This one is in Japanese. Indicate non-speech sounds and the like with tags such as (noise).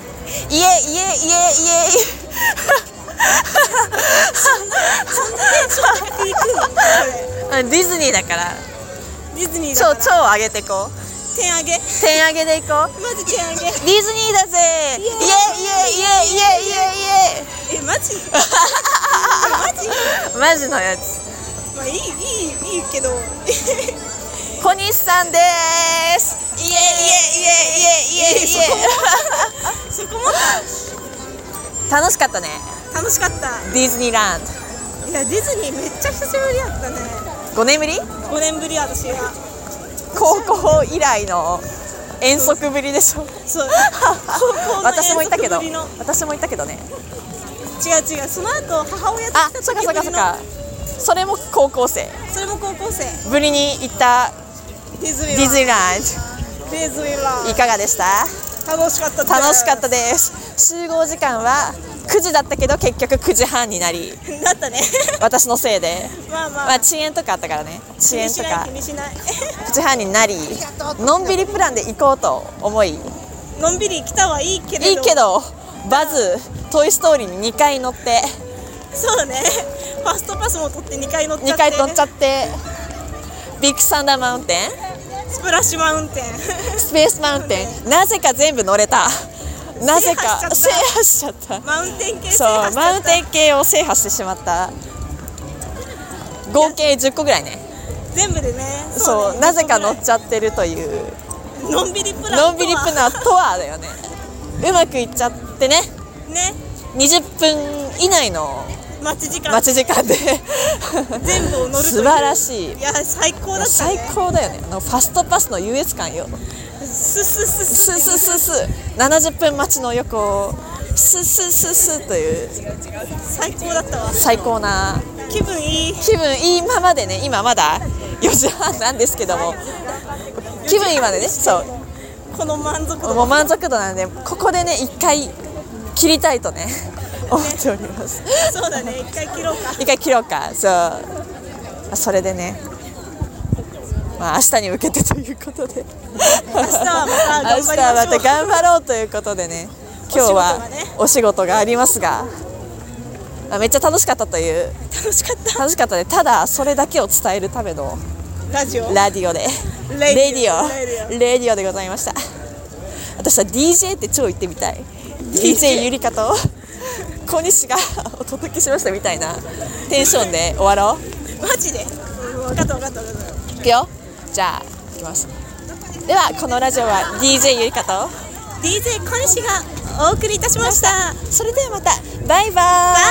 家家家 (laughs) 行く家うんディズニーだからディズニー超だ超上げてこう点上げ点上げでいこうまず点上ディズニーだぜイエイイエイイエイイエイイエイエイげえマ (laughs) ジえマジマジのやつまあいいいいいいけど小西さんでーすイエイイエイイエイイエイイエそこもさイ (laughs) 楽しかったね楽しかったディズニーランドいやディズニーめっちゃ久しぶりやったね5年ぶり5年ぶりや私は高校以来の遠足ぶりでしょそう私も行ったけど高校の遠足ぶりの私も行ったけどね違う違うその後母親とあ来たそっか時そっかぶりそっのかそれも高校生それも高校生ぶりに行ったディズニデーラィンズニーランドドディズニーランいかがでしたド楽しかったです楽しかったです集合時間は9時だったけど結局9時半になり (laughs) だったね (laughs) 私のせいでまあまあ、まあ遅延とかあったからね遅気に延しとないか気にしない (laughs) 9時半になりのんびりプランで行こうと思いいいのんびり来たはいいけれどけどバズ「トイ・ストーリー」に2回乗ってそうねファストパスも取って2回乗っちゃ2って回乗っちゃってビッグサンダーマウンテンスプラッシュマウンテン (laughs) スペースマウンテンなぜか全部乗れたなぜか制制覇しちゃったマウンテン系制そ覇う (laughs) しマウンテンン系を制覇してしまった合計10個ぐらいね全部でねそうねなぜか乗っちゃってるというのんびりプランとはのんびりプナとはだよねうまくいっちゃってねね20分以内の待ち時間待ち時 (laughs) 間で全部を乗るという素晴らしいいや最高だった最ね高だよねあのファストパスの優越感よススススーススースースー70分待ちの横をスースースースーという最高だったわ最高な気分いい気分いいままでね今まだ4時半なんですけども気分いいまでねそうこの満足度もう満足度なんでここでね一回切りたいとね (laughs) 思っておりますそうだね一回切ろうか一回切ろうかそうそれでねまあ明日に向けてということで明日はまた頑張りましょ明う日はまた頑張ろうということでね今日はお仕事がありますが、まあめっちゃ楽しかったという楽しかった楽しかったでただそれだけを伝えるためのラジオラディオでレレデディオィオレディオでございました私は DJ って超行ってみたい DJ ゆりかと小西がお届けしましたみたいなテンションで終わろうマジでうん分かった分かった分かっいくよじゃあ行きますではこのラジオは DJ ゆりかとた DJ 小西がお送りいたしましたそれではまたバイバーイ